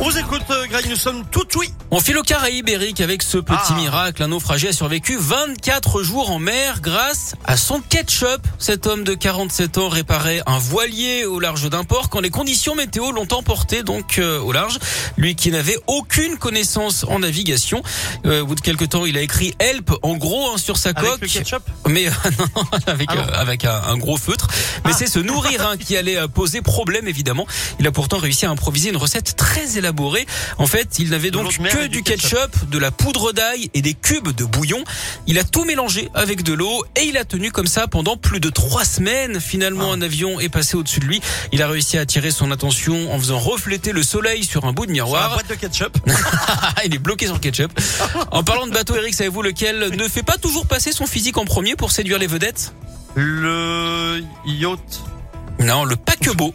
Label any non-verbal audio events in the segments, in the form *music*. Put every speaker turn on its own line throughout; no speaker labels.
On vous écoute, euh, Greg, nous sommes tout oui.
On file aux Caraïbes, Eric, avec ce petit
Ah.
miracle. Un naufragé a survécu 24 jours en mer grâce à son ketchup. Cet homme de 47 ans réparait un voilier au large d'un port quand les conditions météo l'ont emporté donc euh, au large. Lui qui n'avait aucune connaissance en navigation. Euh, au bout de quelques temps, il a écrit help en gros hein, sur sa
Avec
coque.
le ketchup
Mais euh, *laughs* non, avec
Ah bon
euh, avec un, un gros feutre. Mais c'est se nourrir hein, qui allait euh, poser problème évidemment. Il a pourtant réussi à improviser une recette très élaborée. En fait, il n'avait
De l'eau
donc
de mer
que
et du
du ketchup, de la poudre d'ail et des cubes de bouillon. Il a tout mélangé avec de l'eau et il a tenu comme ça pendant plus de trois semaines. Finalement, un avion est passé au-dessus de lui. Il a réussi à attirer son attention en faisant refléter le soleil sur un bout de
Sur la
miroir.
boîte de ketchup.
*laughs* Ah, il est bloqué sur le ketchup. En parlant de bateau, Eric, savez-vous lequel ne fait pas toujours passer son physique en premier pour séduire les vedettes
Le
*laughs*
yacht.
Non, le paquebot.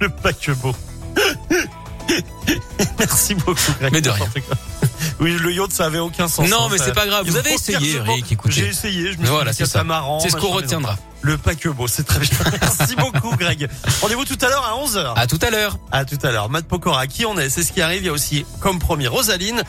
Le paquebot. *laughs* Merci beaucoup, Greg.
Mais de rien.
Oui, le yacht, ça avait aucun sens.
Non,
hein,
mais
ça-
c'est pas grave. Vous
Ils
avez
ont
essayé,
aucun-
Eric. Écoutez,
J'ai essayé, je me suis
Voilà,
dit
c'est
que
ça.
ça marrant.
c'est ce qu'on
machin, mais non.
retiendra.
Le paquebot, c'est très bien. *laughs* Merci beaucoup, Greg. Rendez-vous tout à l'heure à 11h.
À tout à l'heure.
À tout à l'heure. Matt Pokora, qui on est C'est ce qui arrive. Il y a aussi, comme premier, Rosaline.